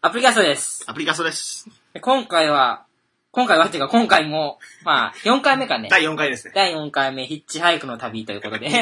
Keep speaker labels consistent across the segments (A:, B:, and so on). A: アプリキャストです。
B: アプリカストです。
A: で今回は、今回はっていうか今回も、まあ、4回目かね。
B: 第4回ですね。
A: 第4回目、ヒッチハイクの旅ということ で。
B: もう、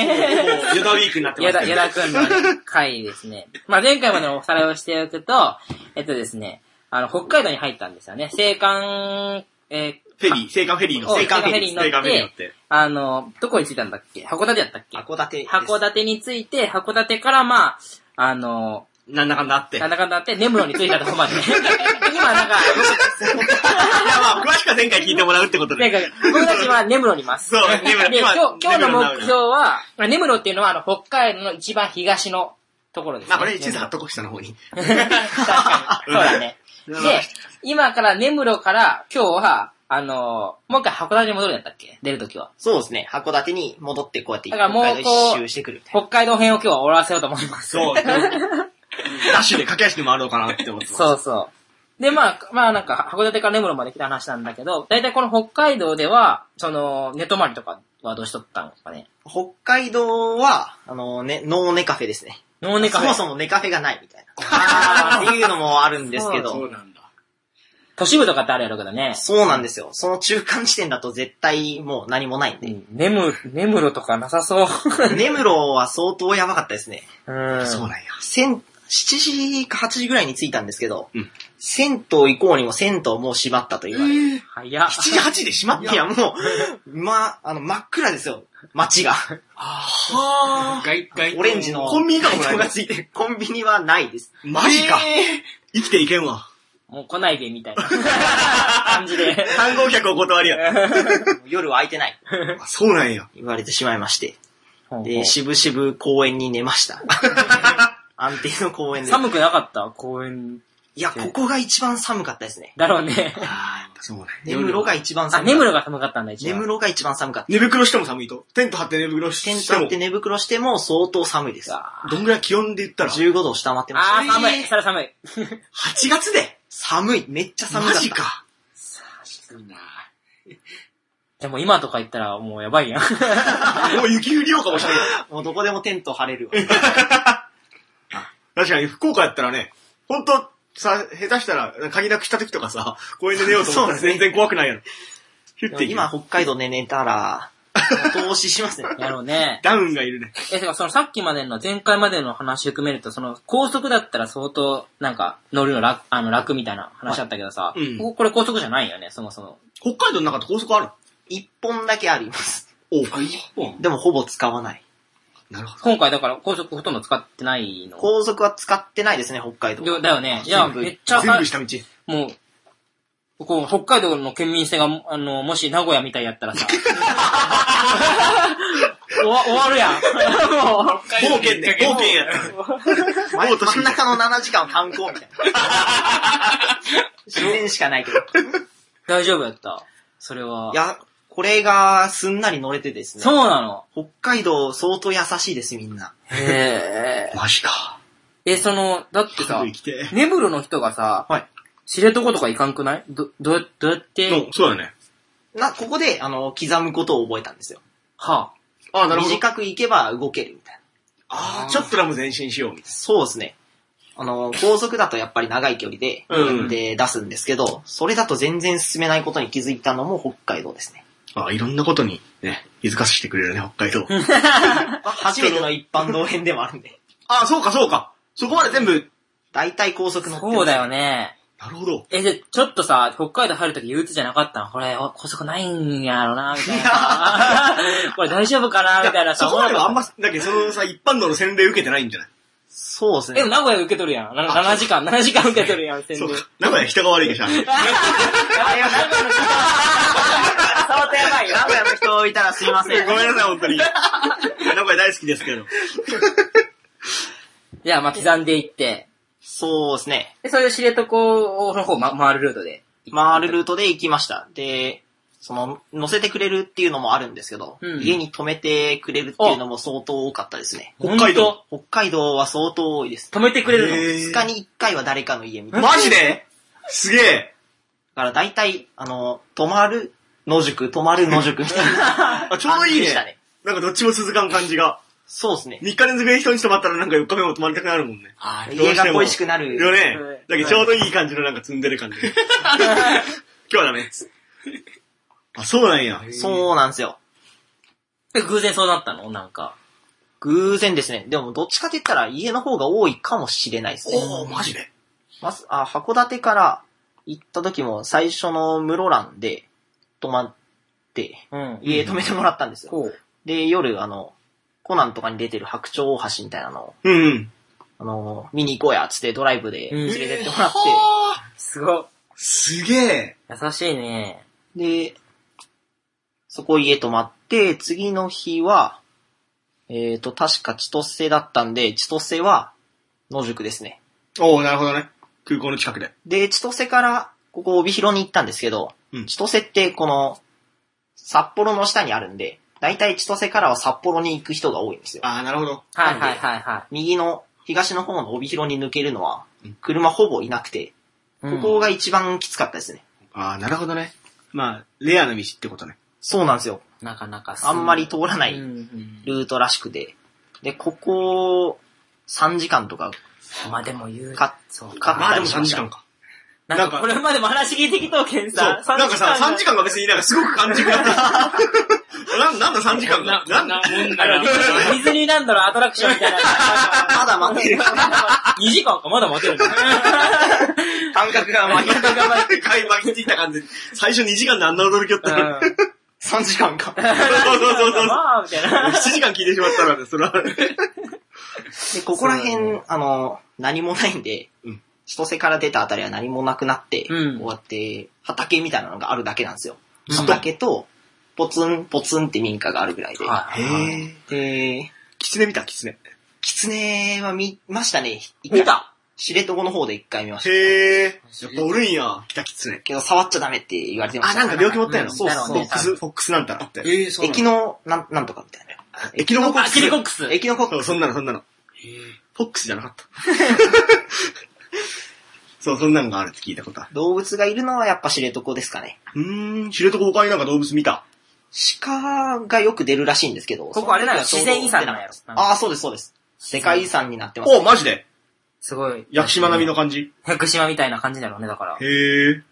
B: ヨダウィークになってま
A: 矢
B: す
A: 田、
B: けど。
A: 矢田くんの回ですね。まあ、前回までのおさらいをしておくと、えっとですね、あの、北海道に入ったんですよね。青函、えー
B: フェリー、青函フェリーの、
A: お
B: 青函フェリー、
A: 青函フ
B: 青函フ
A: ェ
B: ェ
A: リ
B: リ
A: ー
B: ー
A: 乗
B: 乗
A: っ
B: って。
A: あの、どこに着いたんだっけ函館やったっけ
B: 函館です。
A: 函館に着いて、函館からまあ、あの、
B: なんだかんだあって。い
A: な
B: や
A: んだかんだあって、根室に着いたとこまで。 今なんか、
B: まあ、詳しくは前回聞いてもらうってこと
A: なん
B: で。
A: か、僕たちは根室にいます。
B: そう根室
A: で
B: 今
A: 今日今日の
B: 根室なの
A: 目標は、まあ根室っていうのは、あの、北海道の一番東のところです、ね。
B: まあ、これ、地図貼っとこう、下の方に。
A: 確かに。そうだ ね。で
B: うん、
A: 今から根室から、今日は、あのーもう一回函館に戻るんだったっけ出るときは。
C: そうですね。函館に戻ってこうやって
A: だからもう
C: 北海道
A: こう
C: 一周してくるみたいな。
A: 北海道編を今日は終わらせようと思います。
B: そう。ダッシュで駆け足で回ろうかなって思ってま す。
A: そうそう。で、まあ、まあなんか、函館から根室まで来た話なんだけど、だいたいこの北海道では、その、寝泊まりとかはどうしとったんですかね。
C: 北海道は、あのね、ノーネカフェですね。
A: ノーネカフェ。
C: そもそもネカフェがないみたい
A: あ
C: な。
A: ー
C: っていうのもあるんですけど、そう
B: なんだ。
A: 都市部とかってあるやろうけどね。
C: なんですよ。その中間地点だと絶対もう何もないん
A: う
C: で。
A: ん根室、根室とかなさそう。
C: 根室は相当やばかったですね。
A: うん。
B: そうなんや。
C: 千7時か8時ぐらいに着いたんですけど、
B: うん
C: 銭湯以降にも銭湯もう閉まったと言われる。
A: 早っ。
B: 7時、8時で閉まっ
C: い
B: て
C: や、もう、ま、あの、真っ暗ですよ。街が。
B: はぁ
C: オレンジの
B: コンビニとかも
C: 街灯
B: な
C: が
B: い。
C: ついてるコンビニはないです。
B: マジか。
C: え
B: 生きていけん わ。
A: もう来ないで、みたい な感じで。
B: 観光客お断りや。
C: ー夜は空いてない。
B: あそうなんや。
C: 言われてしまいまして。
A: ほうほう
C: で、渋々公園に寝ま した。安定の公園で。
A: 寒くなかった公園。
C: いや、ここが一番寒かったですね。
A: だろう ね。
B: あーそうなんや
C: 根室が一番
A: あ、
C: 寒
A: 根
C: かった。
A: 室が寒かったんだ、一
C: 根
A: 番。
C: 室が一番寒かった。
B: 寝袋しても寒いと。テント張って寝袋し
C: テン
B: して
C: ト張
B: も
C: って。寝袋しても相当寒いです。
B: どんぐらい気温で言ったら
C: 15度を下回ってました。
A: あー、寒い。それ寒い。
B: ?8 月で
C: 寒い。めっちゃ寒か
B: マ
C: った。
B: ジか。
A: でも今とか言ったらもうやばい やん。
B: もう雪降りようかもしれな い。
C: もうどこでもテント張 れるわ。
B: 確かに福岡やったらね、ほんと、さ、下手したら、鍵なくした時とかさ、公園で寝ようと思ったら
C: そうで
B: 全
C: すね
B: 然怖くないやろ。ヒ
C: で
B: ュッ
C: も
B: ていく
C: 今、、北海道で寝たら、投資しま すね。
A: やろうね。
B: ダウンがいるね。
A: え、てかそのさっきまでの、前回までの話含めると、その高速だったら相当、なんか、乗るの楽、あの、楽みたいな話だったけどさ、
B: はいうん
A: こここれ高速じゃないよね、そもそも。
B: 北海道の中って高速ある
C: 一本だけあります。
B: おう。一本。
C: でもほぼ使わない。
B: なるほど。
A: 今回だから高速ほとんど使ってないの。
C: 高速は使ってないですね、北海道。
A: だだよね。いや、
C: 全部
A: めっちゃ
B: 全
A: さ
B: 部、下道。
A: もう、こう、北海道の県民性が、あの、もし名古屋みたいやったら さ、終わ終わるやん。もう
B: 冒険ね、冒険や。
C: 真
B: もう年
C: 真ん中の7時間は観光みたいな。 自然しかないけど。い
A: 大丈夫やった。それは。
C: や、これがすんなり乗れてです
A: そう
C: ね。
A: な の。
C: 北海道相当優しいです、みんな。
A: へえ。
B: マジか。
A: え、その、だってさ
B: 生、きて。
A: 根室の人がさ、
C: はい
A: 知床とか行かんくないど、どう、どうやって、
B: そうそうだね。
C: な、ここで、あの、刻むことを覚えたんですよ。
A: は
B: あ、なるほど。
C: 短く行けば動けるみたいな。
B: あーちょっとでも前進しようみたい
C: そうですね。あの、高速だとやっぱり長い距離で、
B: うん
C: で出すんですけど、それだと全然進めないことに気づいたのも北海道ですね。
B: な。あーいろんなことに、ね、気づかせてくれるね、北海道。
C: まあ初めての一般道編でもあるんで。
B: あーそうか、そうか。そこまで全部、
C: 大体高速乗ってます
A: そうだよね。
B: なるほど。
A: え、じゃ、ちょっとさ、北海道入るとき憂鬱じゃなかったのこれ、お高速ないんやろな、みたいな。 これ大丈夫かな、みたいなさ。
B: そこまではあん
A: ま。
B: ま、だけど、そのさ、一般道の洗礼受けてないんじゃない
C: そうです
A: でも
C: ね。
A: 名古屋受け取るやん。な7時間、7時間受け取るやん、全
B: そ
A: 部。
B: う
A: やばい
B: か。名古屋人が悪いでしょ。あれ
A: やばい名古屋の人相当やばいよ
C: 名。古屋の人いたらすいません。
B: ごめんなさい、本当に。名古屋大好きですけど。
A: じゃあ、まあ、刻んでいって。
C: そうですね。
A: で、それで知床の方、ま、回るルートで。
C: 回るルートで行きました。で、その、乗せてくれるっていうのもあるんですけど、
A: うん
C: 家に泊めてくれるっていうのも相当多かったですね。
B: 北海道
C: 北海道は相当多いです。
A: ほんと。止めてくれる
C: 2日に1回は誰かの家みたいな。
B: マジですげえ。
C: だから大体、あの、泊まる野宿、泊まる野宿みたいな。
B: あ、 ちょうどい
C: で
B: いね
C: した。ね。
B: なんかどっちも続かん感じが。
C: そうですね。
B: 3日連続で人に泊まったらなんか4日目も泊まりたくなるもんね。
C: 家が恋しくな
B: よ
C: る。
B: ね。
A: の。はい。
B: だけどちょうどいい感じのなんか積んでる感じ。今日はダメ。 あ、そうなんや。
C: そうなんですよ。
A: え 偶然そうなったのなんか。
C: 偶然ですね。でも、どっちかって言ったら家の方が多いかもしれないですね。
B: おー、マジで。
C: まず、あ、函館から行った時も最初の室蘭で泊まって、
A: うん。
C: 家泊めてもらったんですよ。
A: こう。
C: で、夜、あの、コナンとかに出てる白鳥大橋みたいなのを、
B: うんうん。
C: あの、見に行こうや、つってドライブで連れてってもらって、
B: はあ
A: すごっ。
B: すげえ。
A: 優しいね。
C: で、そこ家泊まって、次の日は、えっ、と、確か千歳だったんで、千歳は野宿ですね。
B: おー、なるほどね。空港の近くで。
C: で、千歳から、ここ帯広に行ったんですけど、
B: うん
C: 千歳ってこの、札幌の下にあるんで、だいたい千歳からは札幌に行く人が多いんですよ。
B: あー、なるほど。
A: はいはいはいは
C: 右の、東の方の帯広に抜けるのは
B: うん、
C: 車ほぼいなくて、
A: い。
C: ここが一番きつかったですね。
B: あー、なるほどね。まあ、レアな道ってことね。
C: そうなんですよ。
A: うん、なかなか
C: あんまり通らな
A: ないうん
C: ルートらしくて。で、ここ、3時間とか
A: うん、まあでも言う。
C: か
A: そう
C: か
A: か。
B: まあでも3時間か。
A: な
B: なんん
A: か、
B: か
A: これまでも話聞いてきたけん
B: そう。
A: さ、
B: なんかさ、3時間が別に なんかすごく感じが。なんなんだ3時間が。なんだ
D: 問
A: あのディズニ ーディズニーランドのアトラクションみ たいな。
C: まだ待て る。
A: 2時間か、まだ待てるんだ。
C: 感覚が甘い。
B: 買い巻きついた感じ。最初2時間であんな驚きよっ
A: う
B: た
A: ん。
B: のに。
C: 3時間か。
B: そうそうそうそう。
A: まあ、みたいな。
B: 7時間聞いてしまったらね、それは。
C: で、ここら
A: そう
C: 辺、あの、何もないんで
B: うん、
C: 千歳から出たあたりは何もなくなって、
A: うん
C: こうやって畑みたいなのがあるだけなんですよ。畑と、ポツン、ポツンって民家があるぐら いで。
A: はい
B: へえ。
C: で、
B: キツネ見た、キツネ。
C: キツネは見ましたね。一回
A: 見た
C: 知床の方で一回見ました。
B: へえ。やっぱおるんや、来たキツネ。
C: けど、触っちゃダメって言われてま
B: あ、
C: した。
B: なんか病気持ったんや
A: う
B: ろ。
A: ん
B: そう
A: なるほ
B: そう。
A: ど
B: フォックス、フォックスなんたらって。
D: えー、そう
C: 駅の、なん、なんとかみたいな。
B: エキノコッ
A: あ、
B: ク
A: キ
B: ス
A: リ。コックス。
C: 駅のこ
B: そう、そんなの、そんなの。フォックスじゃなかった。 そう、そんなんがあるって聞いたことある。
C: 動物がいるのはやっぱ知床ですかね。
B: うーん、知床他になんか動物見た。
C: 鹿がよく出るらしいんですけど。
A: ここあれなんやろ
C: その
A: 自然遺産なんやろ
C: ああ、そうです、そうです。世界遺産になってます。
B: おマジです
A: ごい。
B: 屋久島並みの。感じ。
A: 屋久島みたいな感じだろうね、だから。
B: へえ。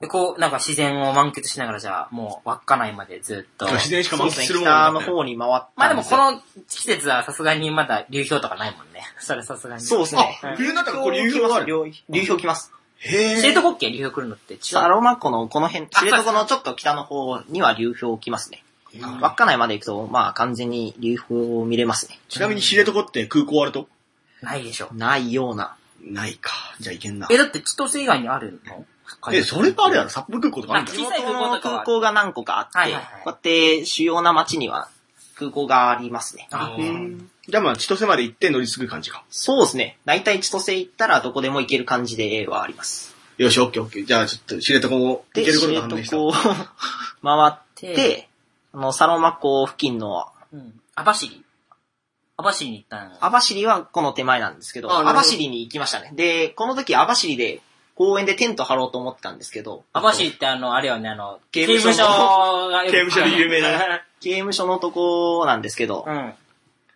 A: で、こう、なんか自然を満喫しながら、じゃあ、もう、稚内までずっと。
B: 自然しか
C: そう
B: 満
C: で
B: 喫
C: すね、
B: するもん
C: 北
B: なん
C: の
B: だね
C: 方に回ったんすよ。
A: まあでも、この季節はさすがにまだ流氷とかないもんね。 それさすがに。
C: そうですね。
B: あ、冬になったらこれ流氷ある。
C: 流流氷来ます。
B: へ
A: 知床っけ流氷来るのって違う。
C: アロマ湖のこの辺、
A: あ
C: 知床のちょっと北の方には流氷来ますね。稚内まで行くと、まあ完全に流氷を見れますね。
B: ちなみに知床って空港あると
A: ないでしょ。
C: ないような。
B: ないか。じゃあいけんな
A: え、。だって千歳以外にあるの
B: え、それがあるやろ札幌空港とかあるんだ
A: あ
B: よ
A: 小さい空港とかは
C: 空港が何個かあって、
A: はいはいはい
C: こうやって主要な町には空港がありますね。
A: あ、
B: うーんじゃあまあ、千歳まで行って乗り継ぐ感じか。
C: そうですね。大体千歳行ったらどこでも行ける感じではあります。
B: よし、オッケーオッケー。じゃあちょっと知床も行
C: で、
B: ける
C: 知
B: ことが
C: 床
B: 判明した。
C: を 回って
A: で、
C: あの、サロマ湖付近の
A: うん。網走網走に行ったの。
C: 網走はこの手前なんですけど、
B: あなるほ
C: 網
B: ど
C: 走に行きましたね。で、この時網走で公園でテント張ろうと思ってたんですけど、
A: 網走ってあの、あれよね、あの、
C: 刑
A: 刑
C: 務所
A: 務所がよく
B: 刑務所で有名な。
C: 刑務所のとこなんですけど、
A: うん。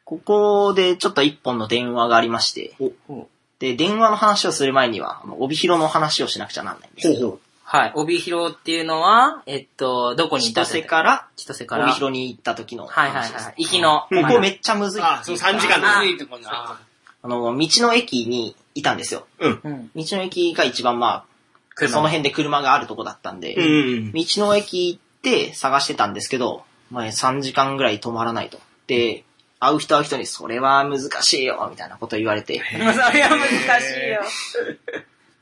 C: ここでちょっと一本の電話がありまして、
A: ほ
C: で、電話の話をする前には、あの帯広の話をしなくちゃなんないんです
B: ほう
C: け
B: ほ
C: ど、
B: う。
A: はい。帯広っていうのは、えっと、どこにい
C: 千
A: たって
C: 歳から
A: 千歳から。
C: 帯広に行った時の
A: はいはい
C: 話です。
A: はい。行きの。
B: うん
C: ここめっちゃむずい。
B: あ、その3時間
A: あ
B: だ。
D: むずいとこな。
C: あの、道の駅にいたんですよ。
A: うん。
C: 道の駅が一番まあ、
A: 車
C: その辺で車があるとこだったんで、
B: うんうん
C: 道の駅行って探してたんですけど、前3時間ぐらい止まらないと。で、会う人会う人にそれは難しいよ、みたいなこと言われて。
A: まあそれは難しいよ。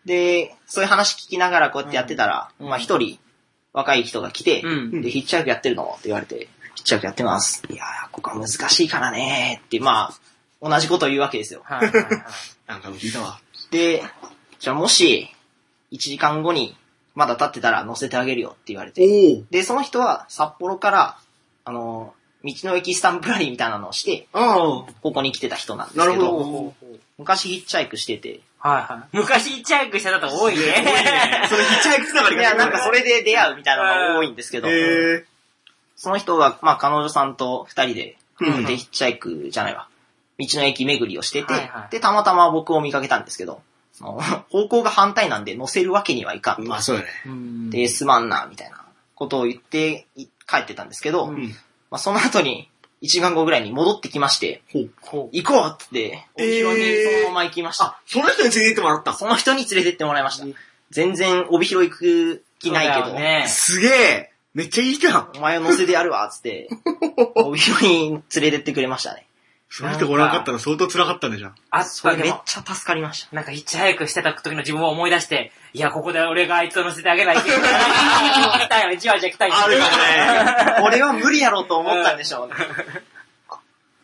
C: で、そういう話聞きながらこうやってやってたら、
A: うん
C: まあ一人、若い人が来て、
A: うん
C: で、ヒッチハイクやってるのって言われて、ヒッチハイクやってます。いやー、ここは難しいからねーって、まあ、同じこと言うわけですよ。
A: はいはいはい。
B: なんか聞いたわ。
C: で、じゃあもし、1時間後に、まだ経ってたら乗せてあげるよって言われて
B: お。お。
C: で、その人は札幌から、あの、道の駅スタンプラリーみたいなのをして、
B: あ
C: ここに来てた人なんです
B: あ、
C: けど、
B: なるほど。
C: 昔ヒッチハイクして て、
A: はいはい。昔チャイクしてたと多いね。
B: それヒッチハイクつなが
C: い
B: りが
C: や、なんかそれで出会うみたいなのが多いんですけど、
B: へえ。
C: その人が、まあ彼女さんと二人で、
B: うん
C: でヒッチハイクじゃないわ、道の駅巡りをしてて、
A: はいはい
C: で、たまたま僕を見かけたんですけど、その、 方向が反対なんで乗せるわけにはいかんと。
B: まあそうよね。
A: うん。
C: で、すまんな、みたいなことを言ってい帰ってたんですけど、
A: う
B: うんん。
C: まあ、その後に、1時間後ぐらいに戻ってきまして、
B: ほう。
A: こ
C: 行こうっつって、お
B: えー
C: 城にそのまま行きました。
B: あ、その人について行ってもらった。
C: その人に連れてってもらいました
B: うん。
C: 全然帯広行く気ないけ
A: そう
C: ど、
A: だよね
B: すげえめっちゃいいじゃん
C: お前を乗せてやるわ、つ って、帯広に連れてってくれましたね。
B: その人ごらんかったら相当辛かったんでじゃん。
A: あっ
C: そ
A: た
C: れ
A: で
C: めっ
A: も、
C: ちゃ助かりました。
A: なんかヒッチハイクしてた時の自分を思い出して、いや、ここで俺があいつを乗せてあげ ないといけない。来たよ、じわじわ来たよ。
B: あるよね。
C: 俺は無理やろうと思ったんでし ょうね。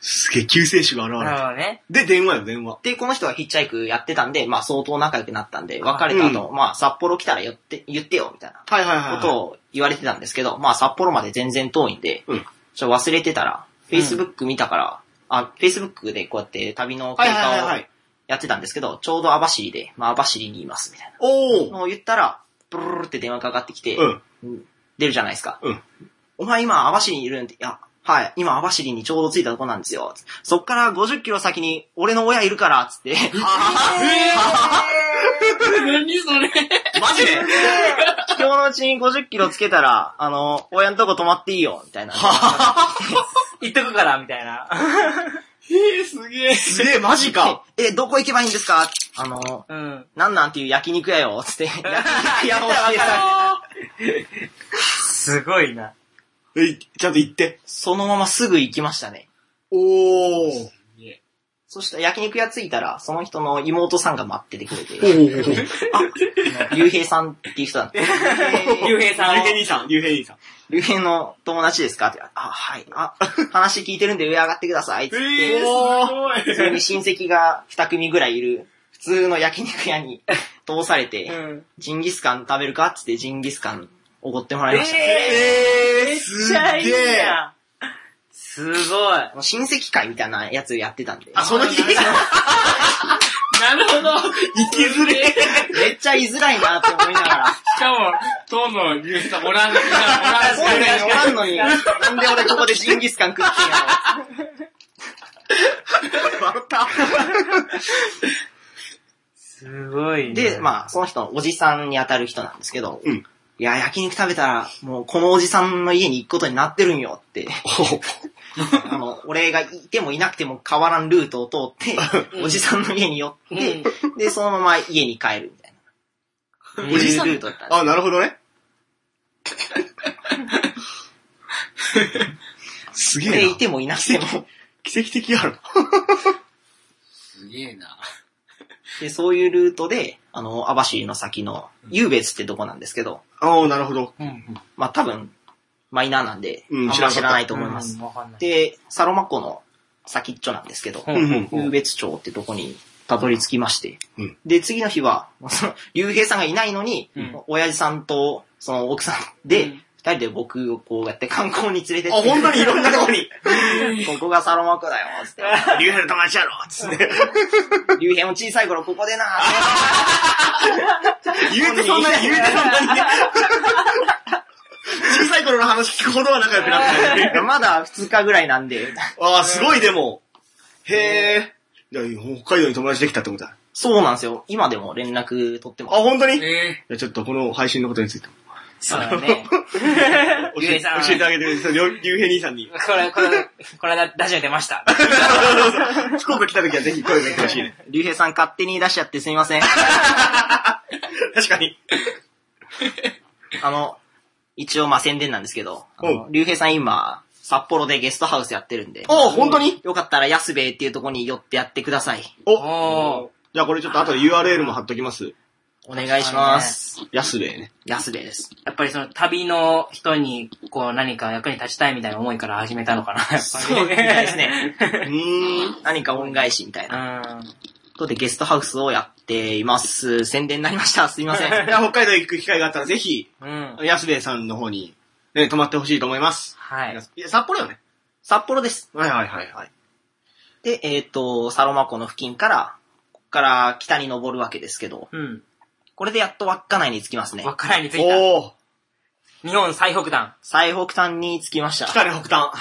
B: すげえ、救世主が現れ
A: なる
B: た。
A: ほどね。
B: で、電話よ、電話。
C: で、この人はヒッチハイクやってたんで、まあ相当仲良くなったんで、別れた後、まあ札幌来たら言って、言ってよ、みたいな
B: はいはいはい。
C: ことを言われてたんですけど、まあ札幌まで全然遠いんで、
B: うん
C: ちょっと忘れてたら、Facebook 見たから、あ、Facebook でこうやって旅の
B: は
C: 経
B: いはいは
C: 過
B: いは
C: を
B: い。
C: やってたんですけど、ちょうど網走で、まあ網走にいます、みたいな。
B: おー。
C: もう言ったら、ブルルルって電話かかってきて、
B: うん。
C: 出るじゃないですか。
B: うん
C: お前今、網走にいるんで、いや、はい、今網走にちょうど着いたとこなんですよ。そっから50キロ先に俺の親いるから、つって。
A: 何それ
B: マジで
C: 今日のうちに50キロつけたら、あの、親のとこ泊まっていいよ、みたいな。
A: 言っとくから、みたいな。
B: えー、すげえ。すげえ、マジか。
C: え、どこ行けばいいんですかあの、
A: うん。
C: なんなんっていう焼肉屋よ、つって。焼肉屋を教えた
A: すごい な。
B: え、ちゃんと行って。
C: そのまますぐ行きましたね。
B: おー。
C: そしたら焼肉屋着いたら、その人の妹さんが待っててくれて、
B: ー。
C: あの竜兵さんっていう人なんで
A: 竜兵さんを
B: 竜兵兄さん、竜兵兄さん。
C: 竜兵の友達ですかって、あ、はい。あ、話聞いてるんで上上がってください。っつって、
B: ー
C: それに親戚が2組ぐらいいる、普通の焼肉屋に通され
A: う
C: て、
A: ん。
C: ジンギスカン食べるかっつってジンギスカンおごってもらいました。
B: え
A: め
B: ー、
A: っ
B: す
A: ちゃいい
B: げえ。
A: やん。すごい。な
C: 親戚会みたいなやつやってたんで、
B: あ、その日、
A: なるるほど。
B: 生きづれ。
C: めっちゃ居づらいなって思いながら、
D: しかも、当の竜兵さん、おらん、おらん、お
C: 本
D: ら
C: 来
D: ん、
C: おらんのに、なんで俺ここでジンギスカン食ってんやろ。
B: 笑った。
A: すごいね。
C: で、まあ、その人のおじさんに当たる人なんですけど、
B: うん
C: いや、焼肉食べたら、もうこのおじさんの家に行くことになってるんよって、 あの、俺がいてもいなくても変わらんルートを通って、おじさんの家に寄って、で、そのまま家に帰るみたいな。
B: おじさん
C: いうルートだったんです。
B: あ、なるほどね。すげ
C: で、。
B: えない
C: てもいなくても。
B: 奇跡的やろ。
D: すげえな。
C: で、そういうルートで、あの、網走の先の、雄別ってとこなんですけど、
B: ああ、なるほど。
C: まあ多分、マイナーなんで、
B: うん
C: あんま知らないと思います。
A: うん。わかんない。
C: で、サロマ湖の先っちょなんですけど、
A: う
B: うんうん。
C: 雄別町ってとこにたどり着きまして、
B: うん
C: で、次の日は、 その、竜兵さんがいないのに、
A: うん
C: 親父さんと、その奥さんで、
A: うん
C: 二人で僕をこうやって観光に連れて
B: あ、
C: って、
B: 本当 にいろんなとこに。
C: ここがサロマ湖だよ、つって。
B: 竜兵の友達やろつって。
C: 竜兵も小さい頃ここでな、
B: 言うてそんなに、言うてそんな に。小さい頃の話聞くほどは仲良くなってない。
C: まだ二日ぐらいなんで、
B: ああ、すごいでも。へえ。じゃあ、北海道に友達できたってことだ。
C: そうなんですよ。今でも連絡取って
B: あ、
C: ます。
B: 本当にい
D: え
B: や、ちょっとこの配信のことについても。
A: そうだね。
B: 教
A: 竜
B: え
A: 兵さん
B: 教えてあげてください。竜竜兵兄さんに。
A: これ、これ、この間、ラジオ出ました。
B: 福岡来た時はぜひ声かけてほしいね。
C: 竜兵さん勝手に出しちゃってすみません。
B: 確かに。
C: あの、一応まあ宣伝なんですけど、あの
B: おう
C: 竜兵さん今、札幌でゲストハウスやってるんで、
B: あ、本当に
C: よかったら安兵衛っていうとこに寄ってやってください。
B: お、
A: お
B: じゃあこれちょっと後で URL も貼っときます。
C: お願いします。
B: 安兵衛ね。
C: 安兵衛です。
A: やっぱりその旅の人に、こう何か役に立ちたいみたいな思いから始めたのかな、やっぱり。そう
C: みたいです。 ね。
B: うーん。
C: 何か恩返しみたいうな。
A: ん。
C: ことでゲストハウスをやっています。宣伝になりました。すいま せん。
B: いや、北海道行く機会があったらぜひ、
A: うん。
B: 安兵衛さんの方に、ね、泊まってほしいと思います。
A: はいい
B: や。、いや札幌よね。
C: 札幌です。
B: はいはいはいはい。
C: で、えっ、と、サロマ湖の付近から、ここから北に登るわけですけど、
A: うん。
C: これでやっと稚内に着きますね。
A: 稚内に着いた。
B: おー、
A: 日本最北端。
C: 最北端に着きまし
B: 来
C: た。
B: たね北端。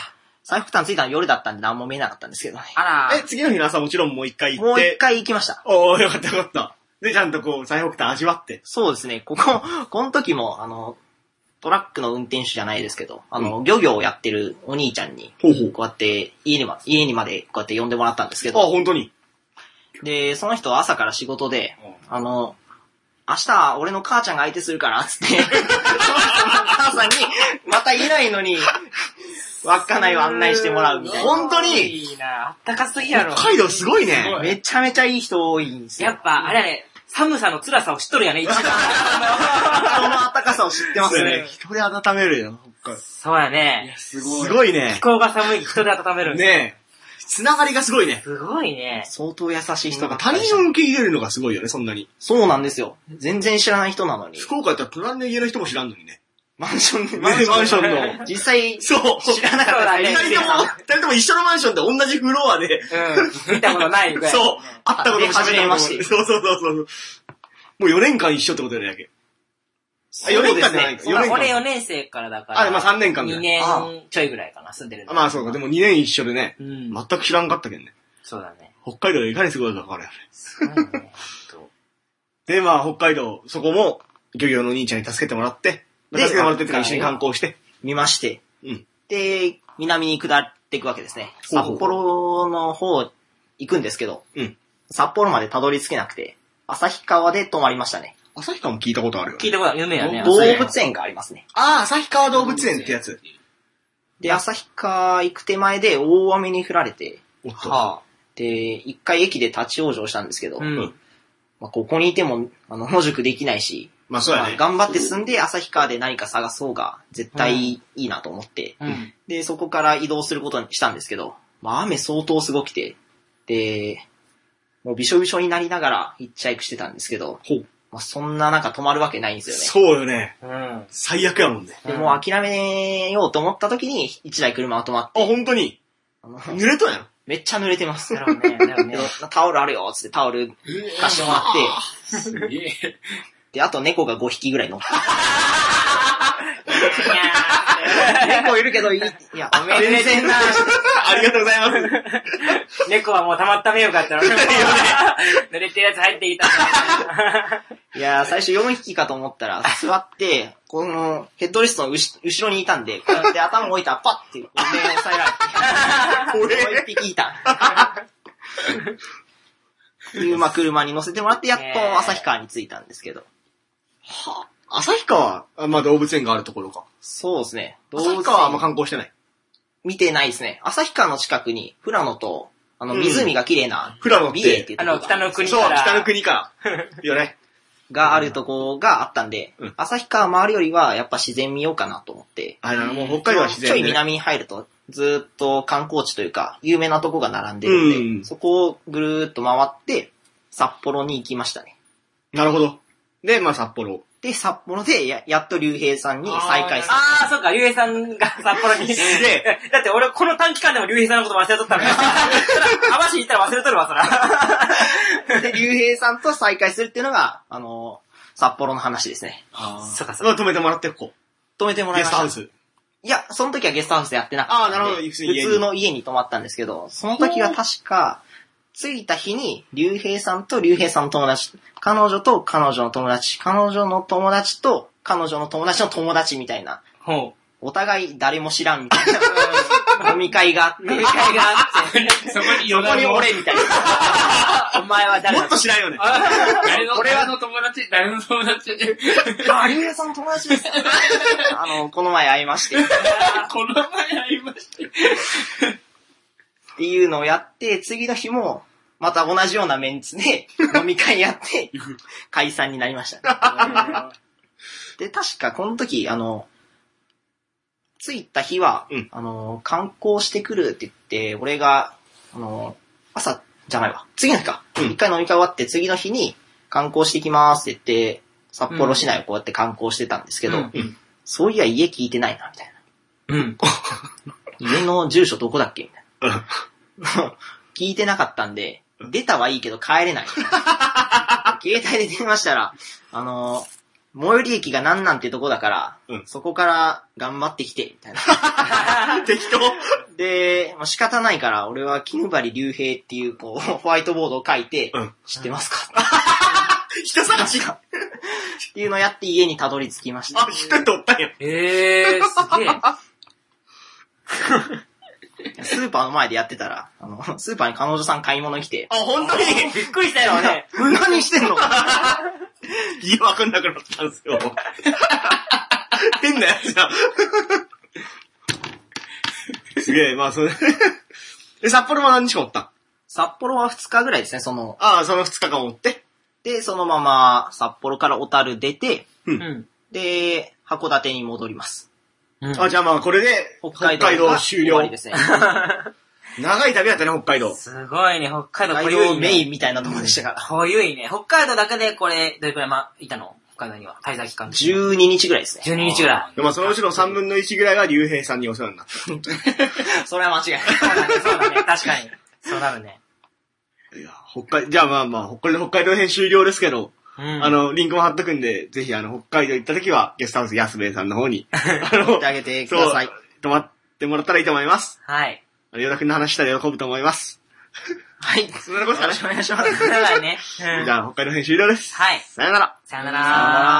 C: 最北端着いたの夜だったんで何も見えなかったんですけどね。
A: あら。
B: え、次の日の朝もちろんもう一回行
C: も
B: っ
C: う一
B: て。
C: 回行きました。
B: おー、よかったよかった。で、ちゃんとこう、最北端味わって。
C: そうですね、ここ、 この時も、あの、トラックの運転手じゃないですけど、あの、漁業をやってるお兄ちゃんに、
B: ほうほう。
C: こうやって家にま、家にまでこうやって呼んでもらったんですけ
B: あ、
C: ど、
B: 本当に。
C: で、その人は朝から仕事で、あの、明日、俺の母ちゃんが相手するから、 つって、母さんに、またいないのに、稚内を案内してもらうみたいな。
B: 本当に
E: いいなあったかすぎやろ。
B: 北海道すごいね。
D: ごい
C: めちゃめちゃいい人多いんですよ。
E: やっぱ、あれやね、寒さの辛さを知っとるやね、一番。
C: 人の温かさを知ってますね。
B: 人で温めるよ。北海道
E: そうやね。
D: すごい。
B: すごいね
E: 気。候が寒い人で温める。。
B: ねえ。つながりがすごいね。
E: すごいね。
C: 相当優しい人が
B: 他人を受け入れるのがすごいよね、そんなに。
C: そうなんですよ。全然知らない人なのに。
B: 福岡やったら隣の家の人も知らんのにね。
C: マンションで、
B: マンションの。
C: 実際、
B: そう。
C: 知らなかっ
E: そう
C: た
E: だ
B: 二
E: ね
C: です
B: 人とも、二人とも一緒のマンションで同じフロアで、
E: うん。見たことないぐらい。
B: そう。会ったことも喋
C: 初め
B: り
C: ま
B: ま
C: して
B: しそうそうそうそう。もう4年間一緒ってことよね、だけ。あ、4年間じゃないか。
E: そう
B: 4
E: だ
B: 年
E: 俺4
B: 間。
E: 年生からだから。
B: あ、まあ3年間
E: 2
B: だね。
E: 年ちょいぐらいかな、住んでるの
B: あまあそうか、でも2年一緒でね。
E: うん。
B: 全く知らんかったけんね。
E: そうだね。
B: 北海道でいかにすごいかわかるよね。
E: そうだね
B: で、まあ北海道、そこも、漁業のお兄ちゃんに助けてもらって、
C: で
B: 助けてもらってっていうか
C: はい
B: 一緒に観光して。
C: 見まして。
B: うん
C: で、南に下っていくわけですね。
B: ほう
C: 札
B: ほう
C: 幌の方行くんですけど、
B: うん
C: 札幌までたどり着けなくて、旭川で泊まりましたね。
B: 旭川も聞いたことあるよね。
E: 聞いたことある。夢やね。
C: 動
E: あ
C: 物園がありますね。
B: ああ、旭川動物園ってやつ。
C: で、旭川行く手前で大雨に降られて、
B: おっと。
E: は
C: で、一回駅で立ち往生したんですけど、
E: あ。うん。
C: まあ、ここにいても、あの、野宿できないし、
B: まあそうや
C: まあ
B: ね。
C: 頑張って住んで旭川で何か探そうが、絶対いいなと思って、
E: うん。
C: で、そこから移動することにしたんですけど、まあ雨相当すごくて、で、もうびしょびしょになりながらヒッチハイクしてたんですけど、
B: ほう。
C: まあそんな中止まるわけないんですよ
B: そうよね。
E: うん。
B: 最悪やもんね。
C: ね。で、もう諦めようと思った時に一台車が止まっ
B: あ、本当に。
C: あの
B: 濡れたんやろ。
C: めっちゃ濡れてます。
E: なるほどね。なるほどね。
C: タオルあるよ、つってタオル貸してもらって、
D: すげえ。
C: で、あと猫が5匹ぐらい乗って。
E: いや
C: 猫いるけど、いい、いや、
E: ー、めでてんな。
B: ありがとうございます。
E: 猫はもう溜まった目よかったら。濡れてるやつ入ってきた。
C: いやー、最初4匹かと思ったら、座って、このヘッドレストのうし後ろにいたんで、こうやって頭を置いたらパッて、これで抑えられて、もう1匹いた。っていう、まあ、車に乗せてもらって、やっ
E: ねえ
C: と旭川に着いたんですけど。
B: 旭川、あまあ動物園があるところか。
C: そうですね。
B: 旭川はあんま
C: 園
B: 観光してない。
C: 見てないですね。旭川の近くに、富良野と、あの、湖が綺麗な、
B: 富良野って
C: 美瑛っていう
E: あ
C: と
E: の、
C: こ
E: 北の国
B: そ
E: か
B: う、
E: ら。
B: 北の国 から。いいよね。
C: があるとこがあったんで
B: うん、
C: 旭川回るよりは、やっぱ自然見ようかなと思って、
B: あれな、もう北海道は自然
C: ちょい
B: でね。
C: 南に入ると、ずーっと観光地というか、有名なとこが並んでるんで、
B: うん
C: そこをぐるーっと回って、札幌に行きましたね。
B: なるほど。で、まあ札幌。
C: で、札幌でや、やっと竜兵さんに再会する。
E: あー、そっか、竜兵さんが札幌に。
B: で
E: だって俺、この短期間でも竜兵さんのこと忘れとったのよ。網走行ったら忘れとるわ、そら。
C: で、竜兵さんと再会するっていうのが、あのー札幌の話ですね。
E: そっか、そっか。
B: まあ止めてもらって、こ
C: 泊めても
B: こ。
C: らいま
B: ゲス
C: し
B: トハ
C: た
B: ウ。ス。
C: いや、その時はゲストハウスやってなかったんで。
B: あーなるほど普通に家に
C: 普通の家に泊まったんですけど、その時は確か、着いた日に、竜兵さんと竜兵さんの友達、彼女と彼女の友達、彼女の友達と彼女の友達の友達みたいな、
E: ほ
C: お互い誰も知らんみたいな飲み会があって、
E: う。飲み会があって。
D: そこに
C: そ
D: 余
C: こ
D: 談
C: に
D: の
C: 俺みたいな。
E: お前は誰
B: も
E: だ
B: っと知らんよね。
D: 誰の、俺の友達、誰の友達で、
C: あ、竜兵さんの友達です。あの、この前会いまして。
D: この前会いました。
C: っていうのをやって、次の日も、また同じようなメンツ で飲み会やって、解散になりました、 で、確かこの時、あの、着いた日は、
B: うん
C: あの、観光してくるって言って、俺が、あの、朝じゃないわ、次の日か。
B: うん
C: 一回飲み会終わって、次の日に観光してきますって言って、札幌市内をこうやって観光してたんですけど、
E: うん
B: うん
C: そういや家聞いてないな、みたいな。
E: うん。
C: 家の住所どこだっけみたい
B: うん
C: な。聞いてなかったんで、出たはいいけど帰れない。 携帯で電話したら、あのー最寄り駅が何なんてとこだから、
B: うん
C: そこから頑張ってきて、み たいな。
B: 適 当。
C: で、まあ、仕方ないから、俺は絹張竜兵っていう、こう、ホワイトボードを書いて、
B: うん
C: 知ってますか
B: 人探し。あ、
C: っていうのをやって家にたどり着きました。
B: 人っておったんや。
A: えー、すげ え。
C: スーパーの前でやってたら、あの、スーパーに彼女さん買い物来て、
B: あ、本当に
A: びっくりしたよね。
C: 何してんの
B: 家わかんなくなったんですよ。 変なやつだ。すげえ、まあそれ。 え、札幌は何日かおったん
C: 札幌は2日ぐらいですね、その。
B: ああ、その2日間おって。
C: で、そのまま札幌から小樽出て、
A: うん。
C: で、函館に戻ります。
B: あ、じゃあまあこれで、
C: 北海道が
B: 終
C: 終
B: 了
C: わ。りですね。
B: 長い旅だったね、北海道。
A: すごいね、北海道
C: 北
A: 濃
C: 海
A: ゆ
C: 道
A: い
C: メイ
A: ね。
C: ンみたいなところでしたから。
A: 濃ゆいね。北海道だけでこれ、どれくらいま、いたの北海道には。滞在期間。12
C: 12日ぐらいですね。
A: 日ぐらい。
B: でまあそのうちの3分の1ぐらいが竜兵さんにお世話になった。
C: それは間違いない。
A: そうだね、そうだね。 確かに。そうなるね。
B: いや、北海、じゃあまあまあ、これで北海道編終了ですけど、
A: うん。
B: あの、リンクも貼っとくんで、ぜひあの、北海道行った時は、ゲストハウス安兵衛さんの方に、 あ
C: 言
B: の
C: って、あげてください。
B: 泊まってもらったらいいと思います。
A: はい。
B: あの、ヨダ君の話したら喜ぶと思います。
C: はい。
B: そんなこ
C: よ
B: とで
C: ろ
B: す
C: し
B: か
C: くお
B: ね
C: 願いします。
A: だからね。うん
B: じゃあ、北海道編終了です。
A: はい。
B: さよなら。
A: さよな
C: さよなら
A: ら。